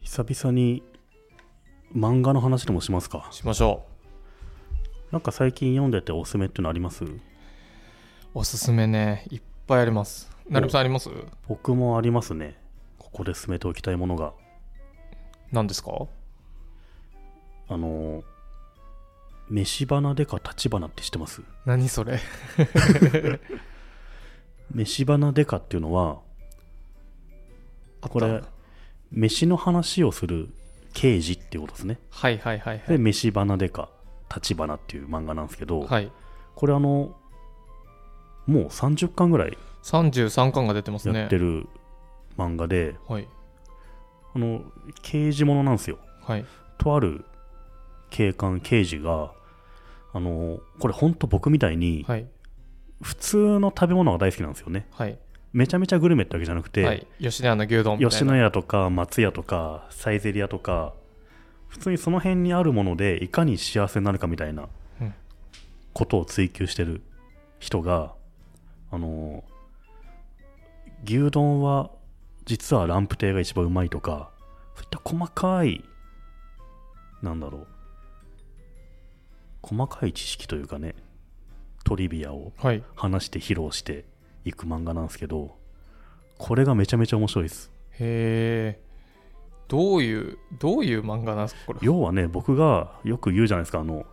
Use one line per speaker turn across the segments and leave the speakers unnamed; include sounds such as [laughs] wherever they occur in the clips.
久々に漫画の話でもしますか
しましょ
なんか最近読んでておすすめってのあります
うおすすめねいっぱいありますなるみさんあります
僕もありますねここで進めておきたいものが
何ですか
あの飯花でか立花って知ってます
何それ
飯花でかっていうのは
あった
これ飯の話をする刑事っていうことですね
はいはいはいは
で
い
飯花でか立花っていう漫画なんですけど、
はい
これあのもう30巻ぐらい
33巻が出てます
や
ね
ってる漫画で、
はい
あの刑事ものなんですよ
はい
とある警官刑事があのこれ本当僕みたいに
はい
普通の食べ物が大好きなんですよね
はい
めちゃめちゃグルメってわけじゃなくて、
はい吉野家の牛丼みたい
吉
な
野家とか松屋とかサイゼリアとか普通にその辺にあるものでいかに幸せになるかみたいな
うん
ことを追求してる人があの牛丼は実はランプ亭が一番うまいとかそういった細かいなんだろう細かい知識というかねトリビアを
はい
話して披露していく漫画なんですけどこれがめちゃめちゃ面白いです
へえどういうどういう漫画なんですかこれ
要はね僕がよく言うじゃないですかあの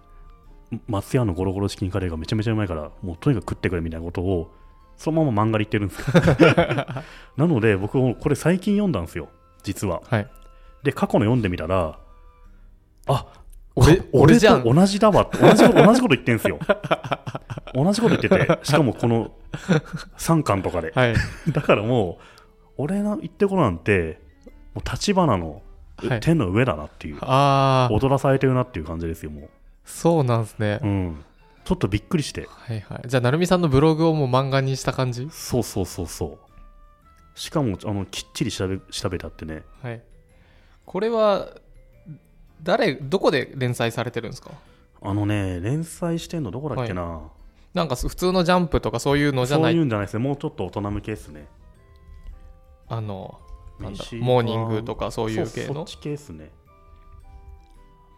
松屋のゴロゴロチキンカレーがめちゃめちゃうまいからもうとにかく食ってくれみたいなことをそのまま漫画で言ってるんですよ [laughs] なので僕もこれ最近読んだんですよ実は
はい
で過去の読んでみたらあ
俺
か
俺じゃん
と同じだわ同じこと同じこと言ってんすよ同じこと言っててしかもこの3巻とかで
はい
だからもう俺の言ってることなんてもう立花の [laughs]
はい
手の上だなっていう、
ああ
踊らされてるなっていう感じですよもう
そうなんですね
うん、ちょっとびっくりして
はいはいじゃあなるみさんのブログをもう漫画にした感じ
そうそうそうそうしかもあのきっちり調べ調べたってね
はいこれは誰どこで連載されてるんですか
あのね連載してんのどこだっけな、
なんかす普通のジャンプとかそういうのじゃ
そ
な
う
い
いうんじゃないですねもうちょっと大人向けですね
あのなんだ
飯は
モーニングとかそういう系
そそっ
の
ち系ですね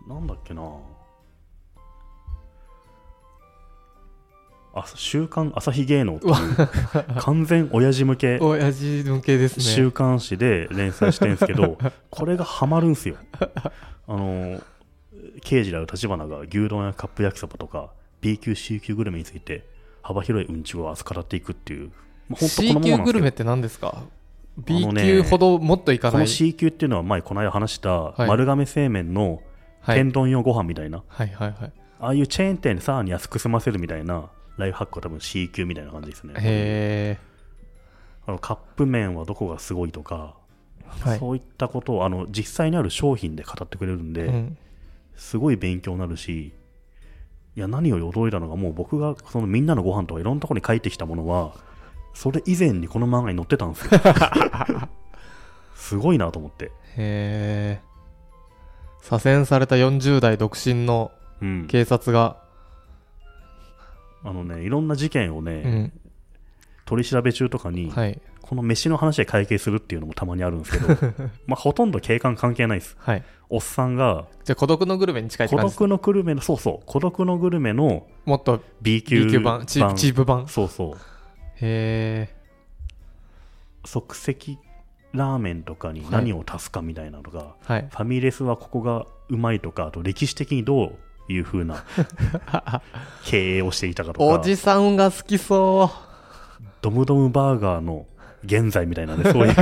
なんだっけなあ週刊朝日芸能
[laughs]
っていう完全親父向け
親父向けですね
週刊誌で連載してるんですけどこれがハマるんすよあの刑事である立花が牛丼やカップ焼きそばとか B 級 C 級グルメについて幅広いうんちくを扱っていくっていう、まあ、ほんとこ
C
のまま
級
なんです
グ
け
ル
ど
メって何ですか
あ
B
のね
級ほどもっといか
こ
ない
の C 級っていうのは前この間話した
い
丸亀製麺の
はい
天丼用ご飯みたいな、
はいはいはい
ああいうチェーン店でさらに安く済ませるみたいなライフハックは多分 C 級みたいな感じですね
へ
あのカップ麺はどこがすごいとか、
えはい
そういったことをあの実際にある商品で語ってくれるんで、
うん
すごい勉強になるし、いや、何より驚いたのが、もう僕がそのみんなのご飯とかいろんなところに書いてきたものは、それ以前にこの漫画に載ってたんですよ。
[laughs]
すごいなと思って。
へえ左遷された40代独身の
うん。
警察が
あのね、いろんな事件をね、
うん
取り調べ中とかに、
はい
この飯の話で会計するっていうのもたまにあるんですけど、
[laughs]
まあほとんど警官関係ないです。
はい
おっさんが、
じゃあ孤独のグルメに近いって
孤
感じ
独のグルメの、そうそう、孤独のグルメの
もっと
B 級
B 級版チーチープ版
そうそう。
へえ
即席ラーメンとかに何を足すかみたいなのが、
はい
ファミレスはここがうまいとかあと歴史的にどういうふう
[laughs]
な経営をしていたかと
お
か
じさんが好きそう
ドムドムバーガーの現在みたいなねそういう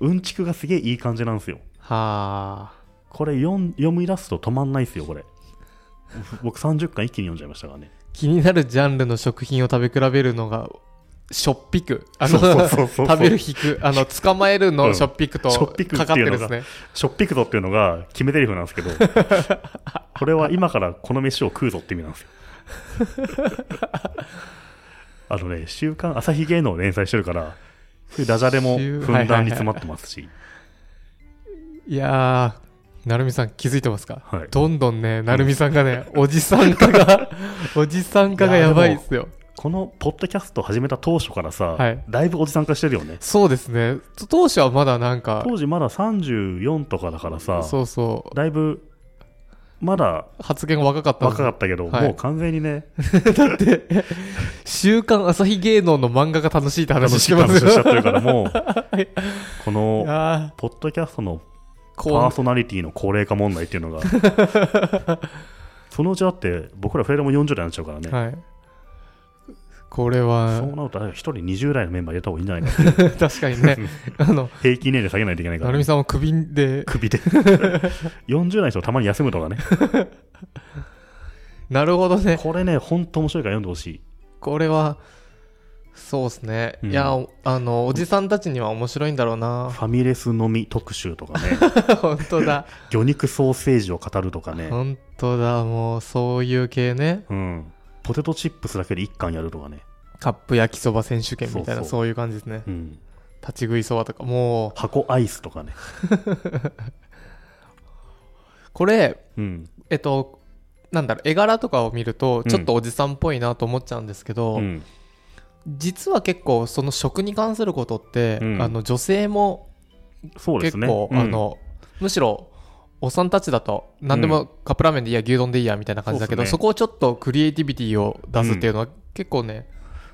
うんちくがすげえいい感じなんですよ
はあ
これ読ん読み出すと止まんないですよこれ僕30巻一気に読んじゃいましたからね
気になるジャンルの食品を食べ比べるのがしょっぴくあ
そ
の
うそうそうそう
食べる引くあの捕まえる
う
の
ん
しょっぴくと
しょっぴくっていうのが
かかってるんですね、
しょっぴくぞっていうのが決め台詞なんですけ
[laughs]
どこれは今からこの飯を食うぞって意味なんです
[laughs]
よあのね「週刊朝日芸能」を連載してるからそういうダジャレも
週
ふんだんに詰まってますし、
いやーなるみさん気づいてますか、
はい [laughs]
どんどんねなるみさんがねおじさん化がおじさん化がやばいですよ
このポッドキャスト始めた当初からさ、
はい
だいぶおじさん化してるよね
そうですねと当初はまだなんか
当時まだ34とかだからさ
そうそう
だいぶまだ
発言が若かったんで
若かったけど、
はい
もう完全にね
だって「週刊朝日芸能」の漫画が楽しいって
楽
話
し
し
い
てます
話を
よ
しちゃってるから
[laughs]
もう
い
この
あ
ポッドキャストの
ー
パ
こ
ーソナリティの高齢化問題っていうのが [laughs] そのうちだって僕ら2人とも40代になっちゃうからね、
う、はい、これ
そ
は
うなると1人20代のメンバー入れた方がいいんじゃないか
[laughs] 確かに
[laughs]
ねあの
平均年齢下げないといけないか
成
ら、
美さんもクビで
首 [laughs] で40代の人たまに休むとかね
なるほどね
これね本当面白いから読んでほしい
これはそうですね、
うん
いやおあのおじさんたちには面白いんだろうな [laughs]
ファミレス飲み特集とかね [laughs]
本当だ
魚肉ソーセージを語るとかね、
本当だもうそういう系ね
うん、ポテトチップスだけで1貫やるとかね、
カップ焼きそば選手権みたい
そ
な
う
そう
そう
いう感じですね
うん、
立ち食いそばとかも
箱アイスとかね、
うこれ
うん
えっとなんだろう絵柄とかを見ると
うん
ちょっとおじさんっぽいなと思っちゃうんですけど、
うん
実は結構その食に関することって、
うん
あの女性も
そうです
結
ね
構、
うん
あのむしろおっさんたちだと何でもカップラーメンでいいや牛丼でいいやみたいな感じだけど
そうっ
そ,、
すね
こをちょっとクリエイティビティを出すっていうのは結構ね、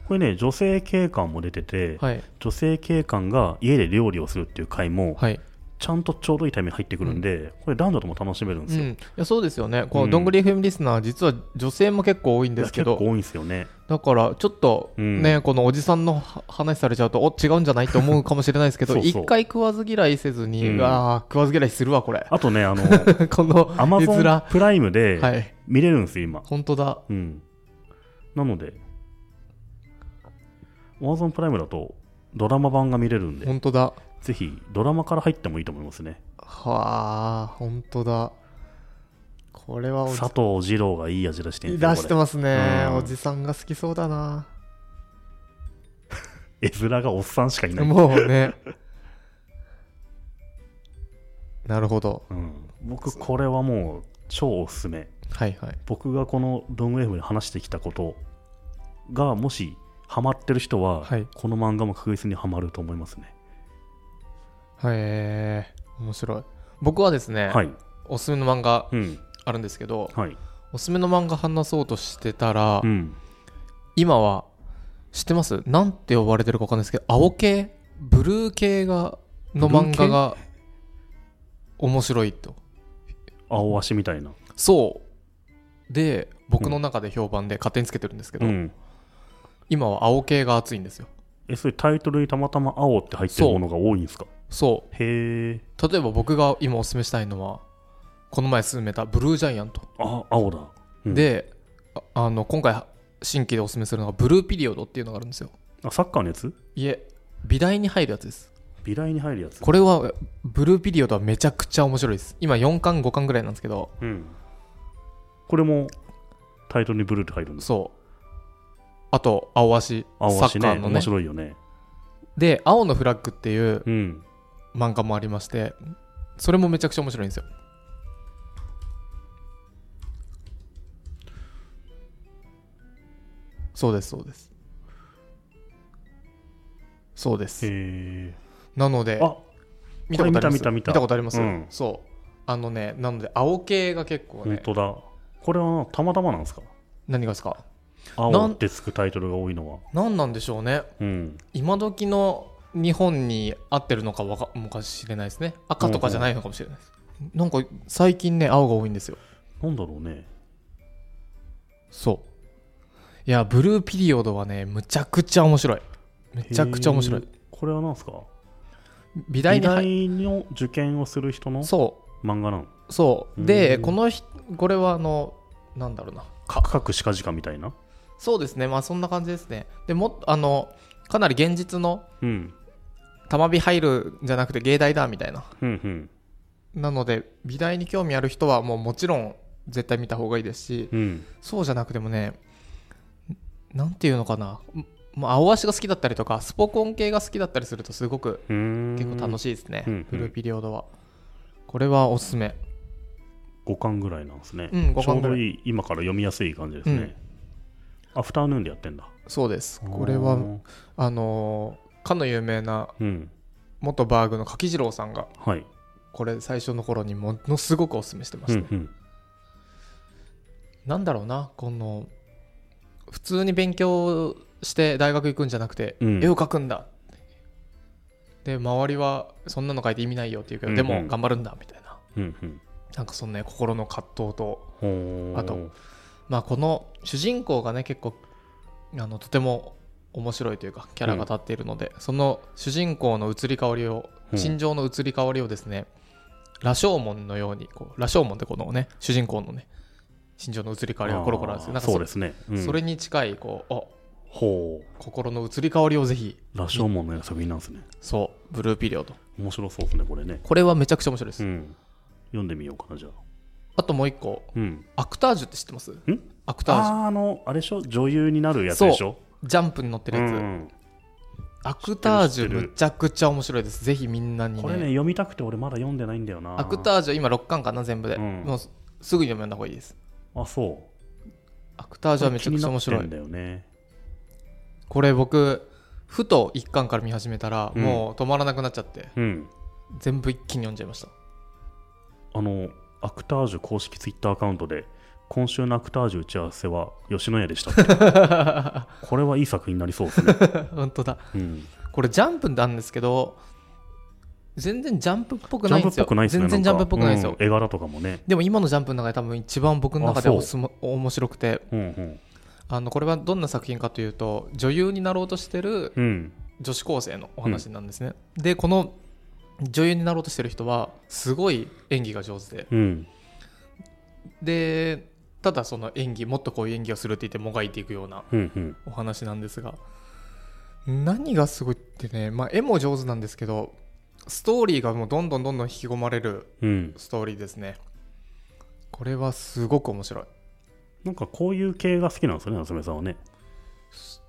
これね女性警官も出てて、
はい
女性警官が家で料理をするっていう回も
はい、
ちゃんとちょうどいいタイミングで入ってくるんで、これ男女とも楽しめるんで
う
すよ、
ん、いやそうですよねこ
う
の
ん
どんぐり FM リスナー実は女性も結構多いん
いや
ですけ
結
ど
構多いんですよね
だからちょっと
うん
ね、このおじさんのは話されちゃうとお違うんじゃないって思うかもしれないですけど
そうそう
一回食わず嫌いせずに、
うん
ああ食わず嫌いするわこ
[laughs]
れ
あと
[laughs]
ねあの
この
アマゾ
絵面
ンプライム
は
で
い
見れるんですよ今
本当だ
うん。なので、Amazon プライムだとドラマ版が見れるんで、
本当だ
ぜひドラマから入ってもいいと思いますね。
はあ本当だこれはおじ
佐藤二郎がいい味出してるん
出
ですよ
し
これ
てますね
うん
おじさんが好きそうだな
絵面がおっさんしかいない。
もうねなるほど
うん、僕、これはもう超おすすめ。
はいはい
僕がこのドンウェーブで話してきたことが、もしハマってる人は、
はい
この漫画も確実にハマると思いますね。
へえ面白い僕はですね、
はい。
おすすめの漫画
うん。
あるんですけど
はい。
おすすめの漫画話そうとしてたら、
うん。
今は知ってますなんて呼ばれてるか分かんないですけど青系ブルー系がの
ブルー
漫
系
画が面白いと
青足みたいな。
そうで僕の中で評判で勝手につけてるんですけど、
うん。
今は青系が熱いんですよ
え、それタイトルにたまたま青って入ってるものが多いんですか
そ
へえ。
う例えば僕が今おすすめしたいのはこの前勧めたブルージャイアント、
あ、青だ。うん
でああの今回新規でおすすめするのがブルーピリオドっていうのがあるんですよ
あ、サッカーのやつ
いえ美大に入るやつです
美大に入るやつ。
これはブルーピリオドはめちゃくちゃ面白いです今4巻5巻ぐらいなんですけど
うん。これもタイトルにブルーって入るんです。
そうあと青足
青
サ
足
ッ
ね
カーのね
面白いよね。
で「青のフラッグ」っていう
うん。
漫画もありましてそれもめちゃくちゃ面白いんですよそうですそうですそうです
へえ。
なので
あ、
見たことあります
見た見た見た
見たことあります、
うん
そうあのねなので青系が結構
本
ね
当だ。これはたまたまなんですか
何がですか
青ってつくタイトルが多いのは。
何なんでしょうね
うん。
今時の日本に合ってるのかわかもかしれないですね赤とかじゃないのかもしれないです、なんか最近ね青が多いんですよ
なんだろうね。
そういやブルーピリオドはねむちゃくちゃ面白いめちゃくちゃ面白
へ
い
ー。これはなんですか
美大
美
に入
大の受験をする人の
そ
漫画なの。
うそう
う
で
ん
このひこれはあのなんだろうな
かかくしかじかみたいな。
そうですねまあそんな感じですねでもあのかなり現実の
うん。
玉火入るんじゃなくて芸大だみたいな
うんうん。
なので美大に興味ある人はもうもちろん絶対見た方がいいですし
うん。
そうじゃなくてもねんなんていうのかなまあ青足が好きだったりとかスポコン系が好きだったりするとすごく
結
結構楽
しい。
しいですね、
うん
ブルーピリオドはこれはおすすめ
5巻ぐらいなんですね。
うん5
ちょ
巻
う
ぐらい
どいい、今から読みやすい感じですね。アフターヌーンでやってんだ
そうですこれはあのーかの有名な
うん
元バーグの柿次郎さんが
はい、
これ最初の頃にものすごくおすすめしてま
う
し
ん
た、
うん、
なんだろうなこの普通に勉強して大学行くんじゃなくて、
うん
絵を描くんだで周りはそんなの描いて意味ないよって言うけど、
うんうん
でも頑張るんだみたいな
うんうん
なんかそんな心の葛藤と
ほー
あとまあこの主人公がね結構あのとても面白いというかキャラが立っているので、その主人公の移り変わりを
うん
心情の移り変わりをですね、羅生門のようにこう羅生門ってこのね主人公のね心情の移り変わりがコロコロなんですけど
あー
なんかそ
そうですね、うん
それに近いこうあ
ほう
心の移り変わりをぜひ
羅生門のような作品なんですね
そうブルーピリオド
面白そうですねこれね
これはめちゃくちゃ面白いです、
うん読んでみようかなじゃあ
あともう一個
うん
アクタージュって知ってますアクタージュ
あーあのあれでしょ女優になるやつでしょ
ジャンプに乗ってるやつ、
うん
アクタージ
知ってる知って
ュ
る
むちゃくちゃ面白いですぜひみんなに
これね読みたくて俺まだ読んでないんだよな
アクタージュ今6巻かな全部で、
うん
もうすすぐに読んだ方がいいです
あそう
アクタージュはめちゃくちゃ面白
気に
い
なってんだよね
これ僕ふと1巻から見始めたら、
うん
もう止まらなくなっちゃって
うん
全部一気に読んじゃいました [laughs]
あのアクタージュ公式ツイッターアカウントで今週のアクタージュ打ち合わせは吉野家でしたって
[laughs]
これはいい作品になりそうですね、
本当だ
うん、
これジャンプなんですけど全然ジャンプっぽく
ジ
な
ャ
い
ンプ
んで
っ
すよ
ぽくないですね
全然ジャンプっぽくないんです
う
よ
ん、絵柄とかもね
でも今のジャンプの中で多分一番僕の中で
あそう
おすすめ面白くて
うんうん
あのこれはどんな作品かというと女優になろうとしてる
うん
女子高生のお話なんですね、でこの女優になろうとしてる人はすごい演技が上手で
うん
でただその演技もっとこういう演技をするって言ってもがいていくような
うんうん
お話なんですが何がすごいってね、まあ、絵も上手なんですけどストーリーがもうどんどんどんどん引き込まれる
うん
ストーリーですねこれはすごく面白い
なんかこういう系が好きなんですよね夏目さんはね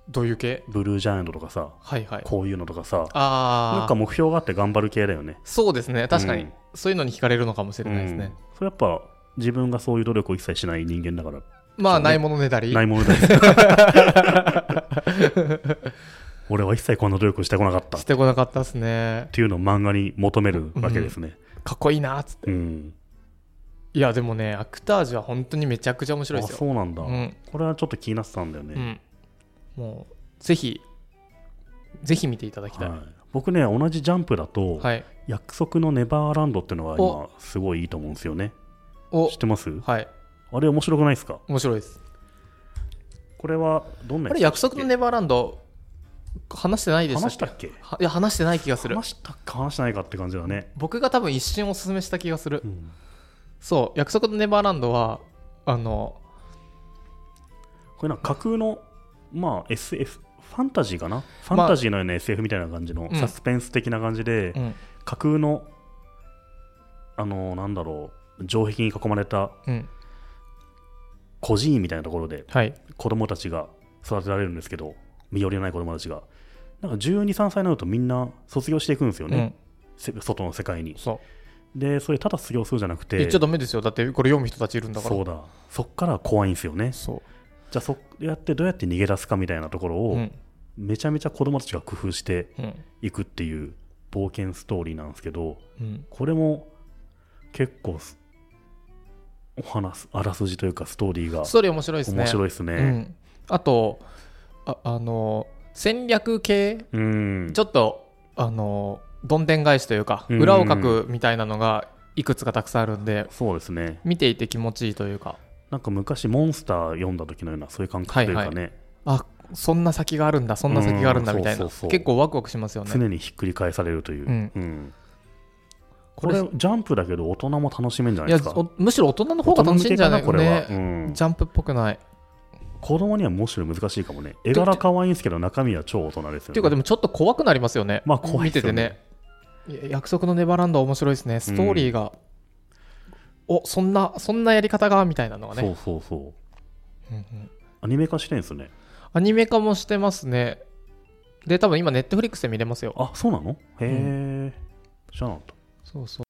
どういう系
ブルージャイアントとかさ
はいはい
こういうのとかさ
ああ
なんか目標があって頑張る系だよね
そうですね確かに、
うん
そういうのに惹かれるのかもしれないですね、
うんそれやっぱ自分がそういう努力を一切しない人間だから
ま
そ
あ
うね
ないものねだり
ないものです [laughs] 俺は一切こんな努力をしてこなかったっ
してこなかったですね
ていうのを漫画に求めるわけですね。
かっこいいなっつって
うん。
いやでもねアクタージュは本当にめちゃくちゃ面白
あ、
いですよ
そうなんだ、
うん
これはちょっと気になってたんだよ
う
ね。
んもうぜひぜひ見ていただきたい
はい、僕ね、同じジャンプだと、
はい
約束のネバーランドってのが今
お、
すごいいいと思うんですよね。
お
知ってます
はい
あれ面白くないですか
面白いです
これはどんな
あ
やつ
れ約束のネバーランド話してないでした
話
っ
し
け
たっけ
はいや話してない気がする
話したか話してないかって感じだね。
僕が多分一瞬おすすめした気がする
うん
そう約束のネバーランドはあの
これなんか架空の、まあ、SF、ファンタジーかなファンタジーのような SF みたいな感じの、
うん
サスペンス的な感じで、
うん
架空のあのなんだろう城壁に囲まれた
うん
孤児院みたいなところで
はい
子供たちが育てられるんですけど身寄りのない子供たちがなんか1 2 3歳になるとみんな卒業していくんですよ
うん
ね、せ外の世界に
そう
でそれただ卒業するじゃなくて
言っちゃダメですよだってこれ読む人たちいるんだから
そうだそっから怖いんですよね
そ
じゃあそやってどうやって逃げ出すかみたいなところを、
うん
めちゃめちゃ子供たちが工夫して
うん
いくっていう冒険ストーリーなんですけど
うん
これも結構すお話すあらすじというかストーリーが
ストーリー面白いですね
面白いです
う
ね。
ん、あとああの戦略系
うん
ちょっとあのどんでん返しというか
うん
裏を書くみたいなのがいくつかたくさんあるんで
そうですね。
見ていて気持ちいいというか
なんか昔モンスター読んだ時のようなそういう感覚というかね、
あそんな先があるんだそんな先があるんだ
うん
みたいな
そうそうそう
結構ワクワクしますよね
常にひっくり返されるという。
うん
うん
こ
こ
れ
れジャンプだけど大人も楽しめんじゃない
い
で
や
すか。
おむしろ大人の方が楽しいんじゃない
大人向けかなこれは、
ね
うん
ジャンプっぽくないっ
子供にはむしろ難しいかもね。絵柄可愛いんですけど中身は超大人ですよね。
ていうかでもちょっと怖くなりますよね、
まあ怖い
見
で
て
すよ
て
ね
ねいや約束のネバーランドは面白いですねストーリーが、おそんなそんなやり方がみたいなのがね
そうそうそう。
うんうん
アニメ化してんですね。
アニメ化もしてますね。で、多分今、ネットフリックスで見れますよ。
あそうなのへえ、
う
知らなかった。
そうそう。